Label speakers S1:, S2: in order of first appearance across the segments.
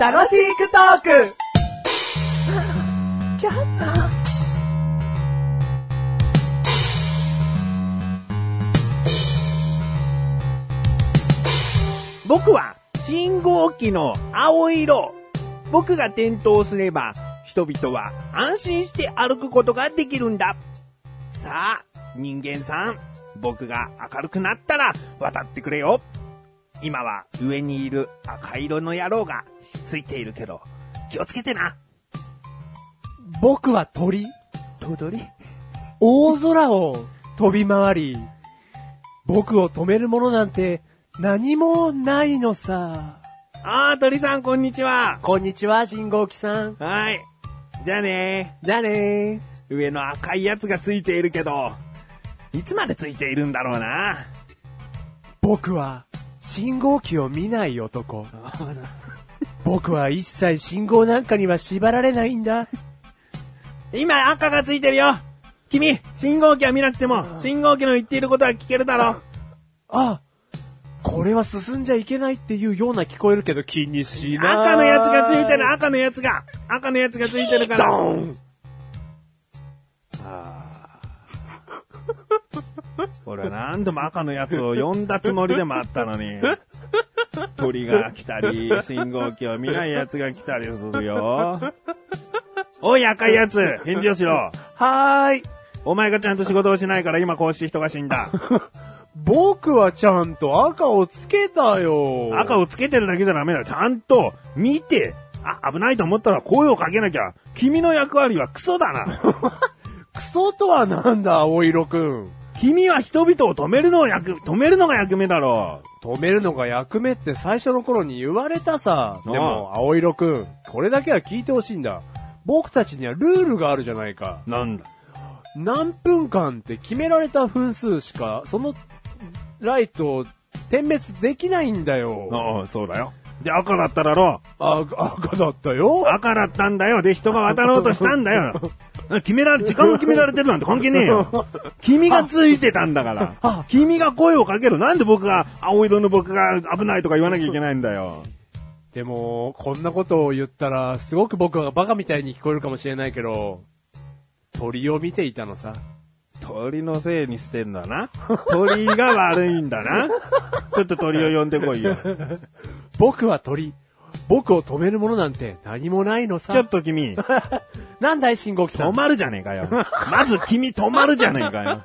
S1: 楽しくトーク
S2: 僕は信号機の青色。僕が点灯すれば人々は安心して歩くことができるんだ。さあ、人間さん、僕が明るくなったら渡ってくれよ。今は上にいる赤色の野郎がひっついているけど、気をつけてな。
S3: 僕は鳥。
S2: とどり
S3: 大空を飛び回り、僕を止めるものなんて何もないのさ。
S2: ああ、鳥さん、こんにちは。
S3: こんにちは、信号機さん。
S2: はい。じゃあね
S3: じゃあね
S2: 上の赤いやつがついているけど、いつまでついているんだろうな。
S3: 僕は信号機を見ない 男。僕は一切信号なんかには縛られないんだ。
S2: 今赤がついてるよ君、信号機は見なくても、信号機の言っていることは聞けるだろ
S3: あ、これは進んじゃいけないっていうような聞こえるけど気にしない。
S2: 赤のやつがついてる、赤のやつが赤のやつがついてるから。
S3: ドン
S2: 俺は何度も赤のやつを呼んだつもりでもあったのに。鳥が来たり、信号機を見ないやつが来たりするよ。おい赤いやつ、返事をしろ。
S3: はーい。
S2: お前がちゃんと仕事をしないから今こうして人が死んだ。
S3: 僕はちゃんと赤をつけたよ。
S2: 赤をつけてるだけじゃダメだよ。ちゃんと見て、あ、危ないと思ったら声をかけなきゃ。君の役割はクソだな。
S3: クソとはなんだ、青色くん。
S2: 君は人々を止めるのを役、止めるのが役目だろ
S3: 止めるのが役目って最初の頃に言われたさ。でも、青色くん、これだけは聞いてほしいんだ。僕たちにはルールがあるじゃないか。
S2: う。なんだ。
S3: 何分間って決められた分数しか、そのライトを点滅できないんだよ。
S2: ああ、そうだよ。で、赤だっただろ
S3: あ、赤だったよ
S2: う。。赤だったんだよ。で、人が渡ろうとしたんだよ。決められ、時間が決められてるなんて関係ねえよ。君がついてたんだから
S3: あ。
S2: 君が声をかける。なんで僕が、青色の僕が危ないとか言わなきゃいけないんだよ。
S3: でも、こんなことを言ったら、すごく僕はバカみたいに聞こえるかもしれないけど、鳥を見ていたのさ。
S2: 鳥のせいにしてんだな。 鳥が悪いんだな。ちょっと鳥を呼んでこいよ。
S3: 僕は鳥。僕を止めるものなんて何もないの
S2: ちょ
S3: さ
S2: っ。と君、
S3: なんだい、信号機さ
S2: 止
S3: ん。
S2: まるじゃねえかよ。まず君止まるじゃねえかよ。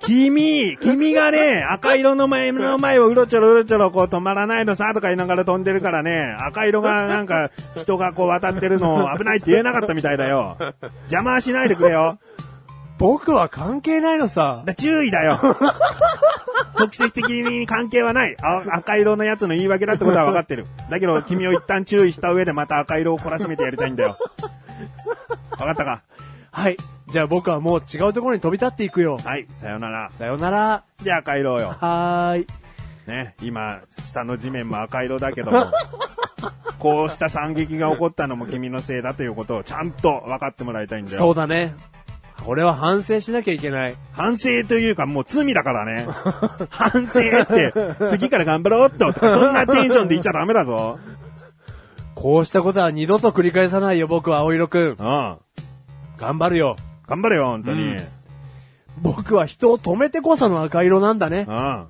S2: 君、君がね、赤色の前の前をうろちょろうろちょろこう止まらないのさとか言いながら飛んでるからね、赤色がなんか人がこう渡ってるのを危ないって言えなかったみたいだよ。邪魔はしないでくれよ。
S3: 僕は関係ないのさ。
S2: だ注意だよ。 特質的に関係はないあ。赤色のやつの言い訳だってことは分かってる。だけど君を一旦注意した上でまた赤色を懲らしめてやりたいんだよ。分かったか
S3: はい。じゃあ僕はもう違うところに飛び立っていくよ。
S2: はい、さよなら。
S3: さよなら。
S2: で、赤色よ。
S3: はーい。
S2: ね、今、下の地面も赤色だけども、こうした惨劇が起こったのも君のせいだということをちゃんと分かってもらいたいんだ
S3: そ
S2: よ。
S3: うだね。これは反省しなきゃいけない。
S2: 反省というかもう罪だからね。反省って、次から頑張ろうっと、そんなテンションで言っちゃダメだぞ。
S3: こうしたことは二度と繰り返さないよ、僕は青色くん
S2: う。ん。頑
S3: 頑張るよ。
S2: 張れよ、本当に。
S3: う
S2: うん
S3: ん。僕は人を止めてこその赤色なんだね。
S2: あ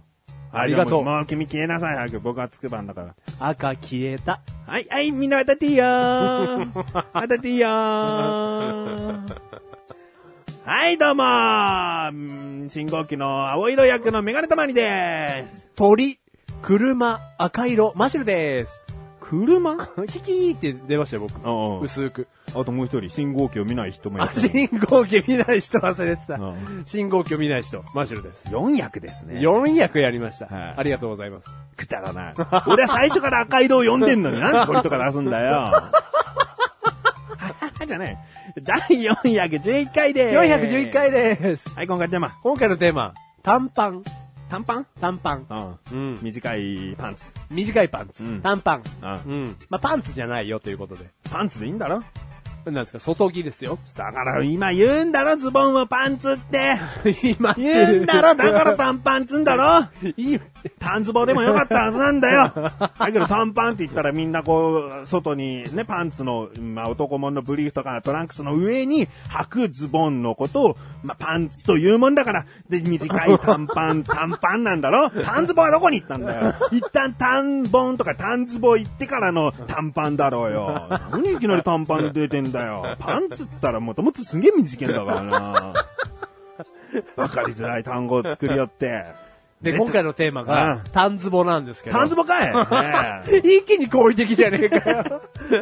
S3: ありがとう
S2: ももう君消えなさい、早く。僕はつくばんだから。
S3: 赤消えた。
S2: はい、はい、みんな当たっていい よー。当たっていいよー。はい、どうもーうーん信号機の青色役のメガネたまにでーす。
S3: 鳥、車、赤色、マシュルです。
S2: 車
S3: キキーって出ましたよ、僕。
S2: あ
S3: 薄く。
S2: ともう一人、信号機を見ない人もい
S3: あ
S2: る、。
S3: 信号機見ない人忘れてた
S2: う。
S3: 信号機を見ない人、マシュルです。
S2: 4役ですね。
S3: 4役やりました、
S2: はい
S3: ありがとうございます。
S2: くだらない。俺は最初から赤色を呼んでんのになんで鳥とか出すんだよ。じゃない。第411回でーす。
S3: 411回です。
S2: はい、今回テーマ。
S3: 今回のテーマ、短パン、
S2: 短パン
S3: 短パン。
S2: うん。
S3: うん。
S2: 短いパンツ。
S3: 短いパンツ、
S2: うん
S3: 短パン。
S2: うん。
S3: うん。まあ、パンツじゃないよということで。
S2: パンツでいいんだろ
S3: なんですか、外着で すよ。
S2: だから今言うんだろ、ズボンをパンツって。
S3: 今
S2: 言うんだろ、だから
S3: パ
S2: 短
S3: ン
S2: パンっつうんだろ。
S3: 今、
S2: 短ズボでもよかったはずなんだよ。だけど短パンって言ったらみんなこう、外にね、パンツの、まあ男物のブリーフとかトランクスの上に履くズボンのことを、まあパンツというもんだから、で、短い短パン、 短パンなんだろ短ズボはどこに行ったんだよ。一旦短ボンとか短ズボ行ってからの短パンだろうよ。何いきなり短パンで出てんだよ。パンツっつったらもともとすげえ短いんだからな。わかりづらい単語を作りよって。
S3: で、今回のテーマ
S2: うん
S3: が、タンズボなんですけど。
S2: タンズボ かい、ね
S3: 一気に好意的じゃねえかよ。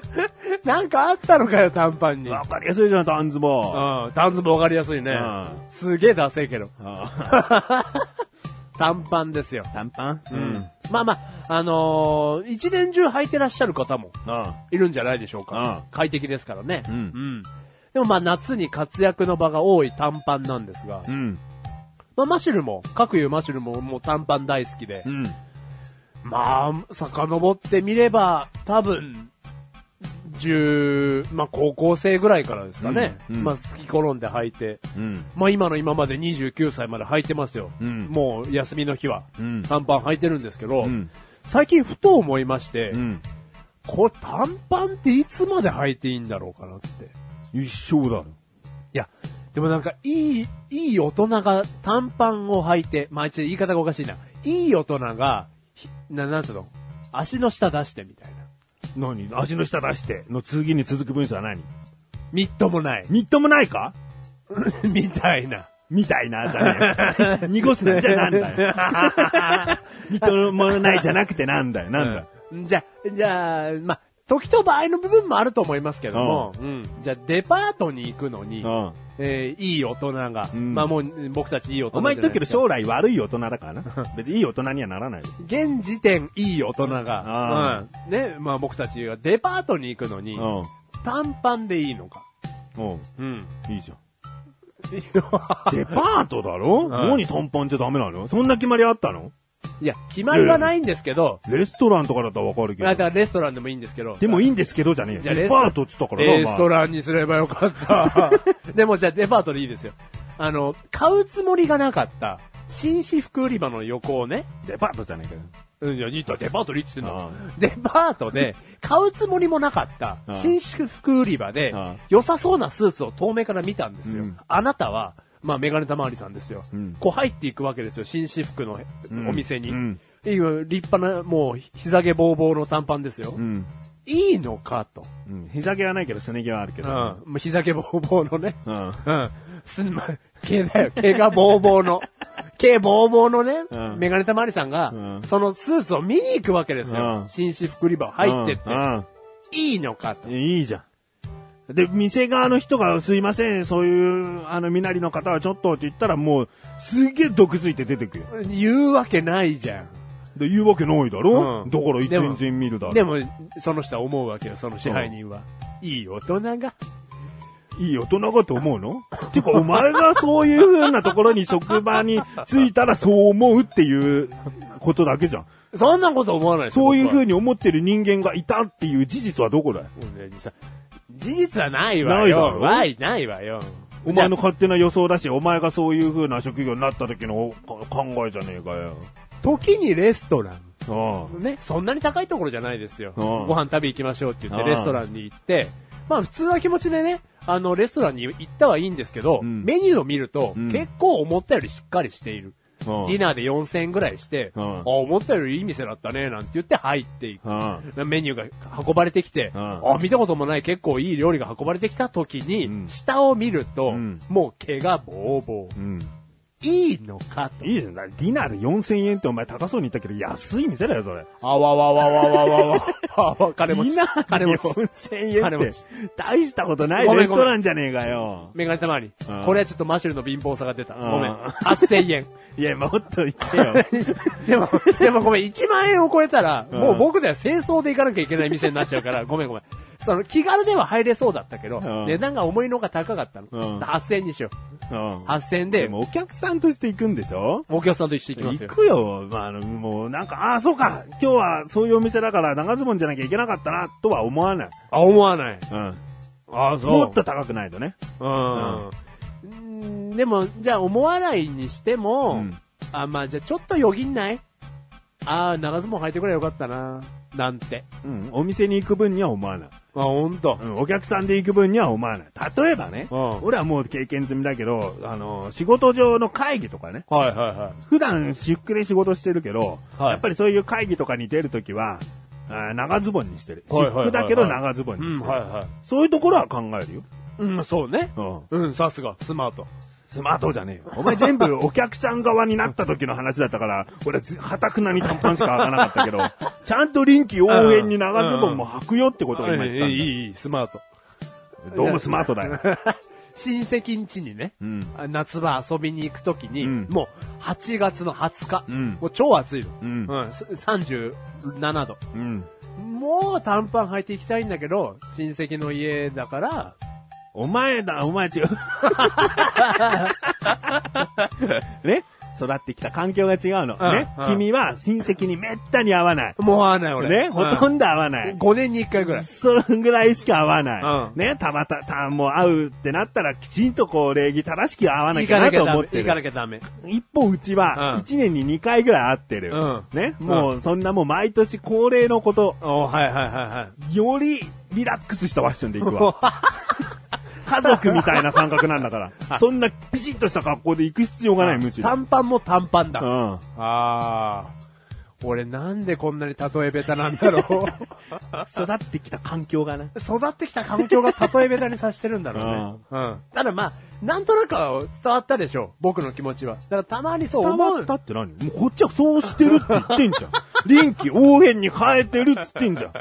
S3: なんかあったのかよ、短パンに。
S2: え
S3: う
S2: わかりやすいじゃん、タンズボ。
S3: ん、タンズボわかりやすいね
S2: うん。
S3: すげえダセえけど。
S2: あ
S3: 短パンですよ。
S2: 短パンう
S3: うんん。まあまあ、あのー一年中履いてらっしゃる方も
S2: あ
S3: いるんじゃないでしょうか。
S2: う
S3: 快適ですからね。
S2: うん
S3: でもまあ夏に活躍の場が多い短パンなんですが、
S2: うん。
S3: まあマシュルも、各有マシュルももう短パン大好きで、
S2: うん。
S3: まあ、遡ってみれば、多分、十、まあ高校生ぐらいからですかね。
S2: うんうん
S3: まあ好き転んで履いて、
S2: うん。
S3: まあ今の今まで29歳まで履いてますよ。
S2: うん
S3: もう休みの日は、
S2: うん
S3: 短パン履いてるんですけど、
S2: うん
S3: 最近ふと思いまして、
S2: うん。
S3: これ短パンっていつまで履いていいんだろうかなって。い
S2: 一生だろ。
S3: や、でもなんかいい、いい大人が短パンを履いて、まあちょっと言い方がおかしいな。いい大人が、ひな、なんつうの足の下出してみたいな。
S2: 何足の下出して。の次に続く文章は何
S3: みっともない。
S2: みっともないか
S3: みたいな。
S2: みたいな、じゃねえ 濁すな、じゃなんだよ。 みっともないじゃなくてなんだよ、なんだ。
S3: じゃ、じゃあ、まあ、時と場合の部分もあると思いますけども、うんじゃあ、デパートに行くのに、
S2: うん。え
S3: えーいい大人が、
S2: うん
S3: まあもう僕たちいい大人
S2: お前言っとくけど
S3: う。
S2: 将来悪い大人だから な。別にいい大人にはならないよ。
S3: 現時点いい大人
S2: あ
S3: が、うん、ね、まあ僕たちがデパートに行くのに、短パンでいいのか。
S2: うん。うん。
S3: うん。
S2: いいじゃん。デパートだろ
S3: はい
S2: 何短パンじゃダメなのそんな決まりあったの
S3: いや、決まりはないんですけど、
S2: レストランとかだったらわかるけ
S3: まあだか
S2: ど。
S3: らレストランでもいいんですけど、
S2: でもいいんですけどじゃねえ
S3: じ
S2: よ。
S3: ゃあ
S2: デ
S3: レス
S2: パートっつったからな、お
S3: レス
S2: 前。
S3: トランにすればよ かった。でもじゃあデパートでいいですよ。あの、買うつもりがなかった、紳士服売り場の横をね、
S2: デパートじゃねえかよ。
S3: うん、いや、ニットはデパートでいいって言ってん
S2: あ
S3: だ。デパートで、買うつもりもなかった
S2: ああ、
S3: 紳士服売り場で
S2: ああ、
S3: 良さそうなスーツを遠目から見たんですよ
S2: うん。
S3: あなたは、まあ、メガネたまわりさんですよ
S2: うん。
S3: こう入っていくわけですよ、紳士服の
S2: うん
S3: お店に
S2: うん。
S3: いや立派な、もう、膝毛ぼうぼうの短パンですよ
S2: う。ん。
S3: いいのかと。
S2: うん。膝毛はないけど、すね毛はあるけ
S3: うん。
S2: ど。
S3: もう膝毛ぼうぼうのね。
S2: うん。
S3: うん。すんま、毛だよ。毛がぼうぼうの。毛ぼうぼうのね、
S2: うん
S3: メガネたまわりさんが、
S2: うん
S3: そのスーツを見に行くわけですよ。
S2: うん
S3: 紳士服売り場入ってって、
S2: うん
S3: いいのかと
S2: うん。。いいじゃん。で、店側の人が、すいません、そういう、あの、身なりの方はちょっとって言ったら、もう、すげえ毒づいて出てくよ。
S3: 言うわけないじゃん。
S2: で、言うわけないだろ
S3: うん
S2: だから、
S3: でも
S2: 全然見るだ
S3: で
S2: ろ。
S3: も、その人は思うわけよ、その支配人は。いい大人が。
S2: いい大人がと思うのてか、お前がそういう風なところに職場に着いたらそう思うっていうことだけじゃん。
S3: そんなこと思わないですよ
S2: そういう
S3: 僕は
S2: 風に思ってる人間がいたっていう事実はどこだよ
S3: もうねさ事実はないわ
S2: ないだ
S3: よ。
S2: ろ
S3: ない、ないわよ。
S2: お前の勝手な予想だし、お前がそういう風な職業になった時の考えじゃねえかよ。
S3: 時にレストラン。
S2: あ
S3: ね、そんなに高いところじゃないですよ。
S2: うん
S3: ご飯食べ行きましょうって言っ
S2: うん
S3: て、レストランに行って、まあ普通な気持ちでね、あの、レストランに行ったはいいんですけど、
S2: うん
S3: メニューを見ると、
S2: うん
S3: 結構思ったよりしっかりしている。
S2: あ。
S3: ディナーで4000円ぐらいして、
S2: うん
S3: あ、思ったよりいい店だったね、なんて言って入っていく。
S2: あ
S3: メニューが運ばれてきて、
S2: うん
S3: あ、見たこともない結構いい料理が運ばれてきた時に、
S2: うん
S3: 下を見ると、
S2: うん
S3: もう毛がぼうぼ
S2: あ。うん。
S3: う。いいのかと。
S2: いいじゃん。ディナーで4000円ってお前高そうに言ったけど、安い店だよ、それ。
S3: あわわわわわわわわ。あ わ、金持
S2: ディ
S3: ち
S2: ナ。ーで
S3: 金持ち。
S2: 4000円
S3: 金
S2: って
S3: 持ち、
S2: 大したことない
S3: ごめ
S2: レ
S3: ん
S2: ストランじゃねえかよ。
S3: メガネたまに
S2: うん。
S3: これはちょっとマシュルの貧乏さが出た。
S2: うん
S3: ごめん。8000円。
S2: いや、もっと言ってよ。
S3: でも、でもごめん、1万円を超えたら、
S2: うん
S3: もう僕では清掃で行かなきゃいけない店になっちゃ うから、ごめんごめん。その、気軽では入れそうだったけど、
S2: うん
S3: 値段が重いのが高かったの。
S2: うん
S3: 8000円にしよ
S2: うん
S3: う。8000円
S2: で
S3: で、
S2: もお客さんとして行くんでしょ
S3: お客さんと一緒に行きます
S2: 行
S3: よ。
S2: くよ。まあ、あの、もう、なんか、ああ、そうか。今日はそういうお店だから長ズボンじゃなきゃいけなかったな、とは思わない。
S3: あ、思わない。
S2: うん。
S3: あ、そう。
S2: もっと高くないとね。
S3: うん。うんでも、じゃあ思わないにしても、
S2: うん
S3: あ、まあじゃあちょっとよぎんないああ、長ズボン履いてくればよかったな。なんて。
S2: うん、お店に行く分には思わない。
S3: あ、ほんと
S2: う。ん、お客さんで行く分には思わない。例えばね、
S3: うん
S2: 俺はもう経験済みだけど、あの、仕事上の会議とかね、
S3: はいはいはい。
S2: 普段私服で仕事してるけど、
S3: はい
S2: やっぱりそういう会議とかに出るときは、あー長ズボンにしてる。
S3: はい
S2: 私
S3: はいはいはい
S2: 服だけど長ズボンにしてる。
S3: はい。
S2: そういうところは考えるよ。
S3: うん、そうね。
S2: うん。
S3: うん、さすが、スマート。
S2: スマートじゃねえよ。お前全部お客さん側になった時の話だったから、俺ず、はたくなに短パンしか履かなかったけど、ちゃんと臨機応変に長ズボンも履くよってことを今言った
S3: い
S2: ん
S3: い、いい、スマート。
S2: だ。どうもスマートだよ。
S3: 親戚ん家にね、
S2: うん
S3: あ夏場遊びに行くときに、
S2: うん
S3: もう8月の20日、
S2: うん
S3: もう超暑い
S2: う
S3: の。
S2: ん
S3: す37度。
S2: うん。
S3: もう短パン履いていきたいんだけど、親戚の家だから、
S2: お前だ、お前違う。 ね育ってきた環境が違うの。
S3: うん
S2: ね
S3: うん
S2: 君は親戚にめったに会わない。
S3: もう合わない俺。
S2: ねほと
S3: ど、
S2: んど会わない。
S3: 5年に1回ぐらい。
S2: それぐらいしか会わない。
S3: う
S2: ねたまた、た、もう会うってなったらきちんとこう礼儀正しく会わな
S3: 行
S2: きゃ
S3: かな
S2: な
S3: きゃ
S2: と
S3: ダ
S2: 思っ
S3: メ。
S2: て
S3: 行か
S2: る。
S3: なきゃダメ。
S2: 一方うちは
S3: うん
S2: 1年に2回ぐらい会ってる。
S3: うん
S2: ねもうそんなもう毎年恒例のこと、
S3: おはいはいは
S2: よりリラックスしたファッションで行くわ。家族みたいな感覚なんだ から。そんなピシッとした格好で行く必要がない、むしろ。
S3: 短パンも短パンだ。
S2: う
S3: あ
S2: ん。
S3: あー。俺なんでこんなに例え下手なんだろう。
S2: 育ってきた環境がね。
S3: 育ってきた環境が例えべたにさせてるんだろ うね。うん。ただまあ、なんとなくは伝わったでしょう。僕の気持ちは。だからたまにそう
S2: 伝
S3: 思
S2: わ
S3: う。
S2: ったって何もうこっちはそうしてるって言ってん じゃん。臨機応変に変えてるっつってんじゃん。
S3: い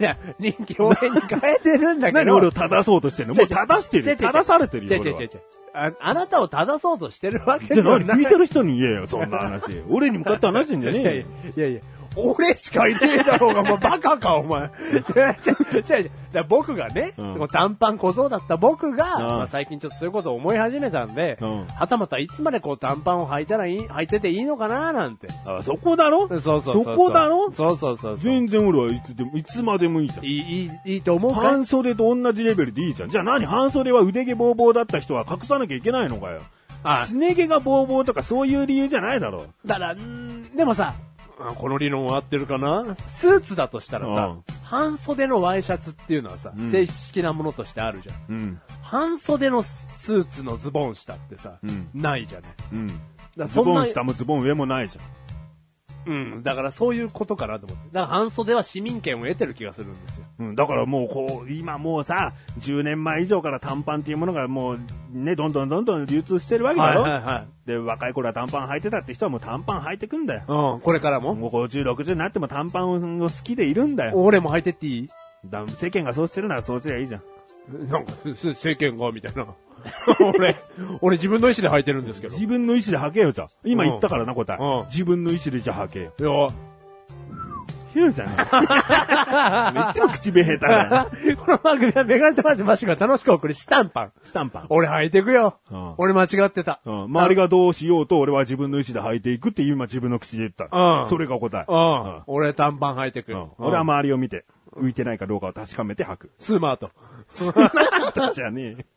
S3: や、人気応援に変えてるんだけ
S2: 何
S3: ど。
S2: 俺を正そうとしてんのもう正してるよ。正されてるよ。
S3: 違
S2: 俺
S3: う違う
S2: は
S3: 違う違う。ああなたを正そうとしてるわけ
S2: じゃあ
S3: は
S2: 何聞いてる人に言えよ、そんな 話。俺に向かって話してんじゃね
S3: いや
S2: え
S3: い
S2: よ
S3: や。、いやいや、俺しかいねえだろうが、もうバカか、お 前。違う違う違う違う。だから僕がね、
S2: うん
S3: こう短パン小僧だった僕が、
S2: うん
S3: まあ、最近ちょっとそういうことを思い始めたんで、
S2: うん
S3: はたまたいつまでこう短パンを履いたらいい、履いてていいのかななんて。
S2: あそこだろ
S3: そうそうそうう。
S2: そこだろ
S3: そうそうそうそう。い
S2: 全然俺はいつでも、いつまでもいいじゃん。
S3: い、いい、いいと思うか
S2: 半袖と同じレベルでいいじゃん。じゃあ何半袖は腕毛ボーボーだった人は隠さなきゃいけないのかよ。
S3: あ
S2: すね毛がボーボーとかそういう理由じゃないだろ。
S3: だから、んーでもさ、あこの理論は合ってるかなスーツだとしたらさ、半袖のワイシャツっていうのはさ、
S2: うん
S3: 正式なものとしてあるじゃん。
S2: うん。
S3: 半袖のスーツのズボン下ってさ、
S2: うん
S3: ないじゃない。
S2: うん。
S3: だから
S2: ズ
S3: そん
S2: ボ
S3: な
S2: ン下もズボン上もないじゃん。
S3: うん。だからそういうことかなと思って。だから半袖は市民権を得てる気がするんですよ。
S2: うん、だからもうこう、今もうさ、10年前以上から短パンっていうものがもう、ね、どんどんどんどん流通してるわけだろ、
S3: はい。
S2: で、若い頃は短パン履いてたって人はもう短パン履いてくんだよ。
S3: うん、これからも、
S2: もう50、60になっても短パンを好きでいるんだよ。
S3: 俺も履いてっていい
S2: だ世間がそうしてるならそうすりゃいいじゃん。
S3: なんか、す政権が、みたいな。 俺、俺自分の意思で履いてるんですけど。い
S2: 自分の意思で履けよ、じゃあ。今言ったからな、答え。
S3: うん
S2: 自分の意思でじゃあ履けよ。
S3: や、
S2: ひどいじゃない めっちゃ口べ下手だよ。
S3: この番組はメガネとマジマシュが楽しくお送り、シタンパン。
S2: スタンパン。
S3: 俺履いてくよ。
S2: うん
S3: 俺間違ってた。
S2: うん、周りがどうしようと俺は自分の意思で履いていくって今自分の口で言った。
S3: うん
S2: それが答え。
S3: うん。
S2: うん
S3: 俺短パン履いてく。
S2: うん俺は 周りを見て、浮いてないかどうかを確かめて履く。
S3: スマート。
S2: あんたじゃねえ。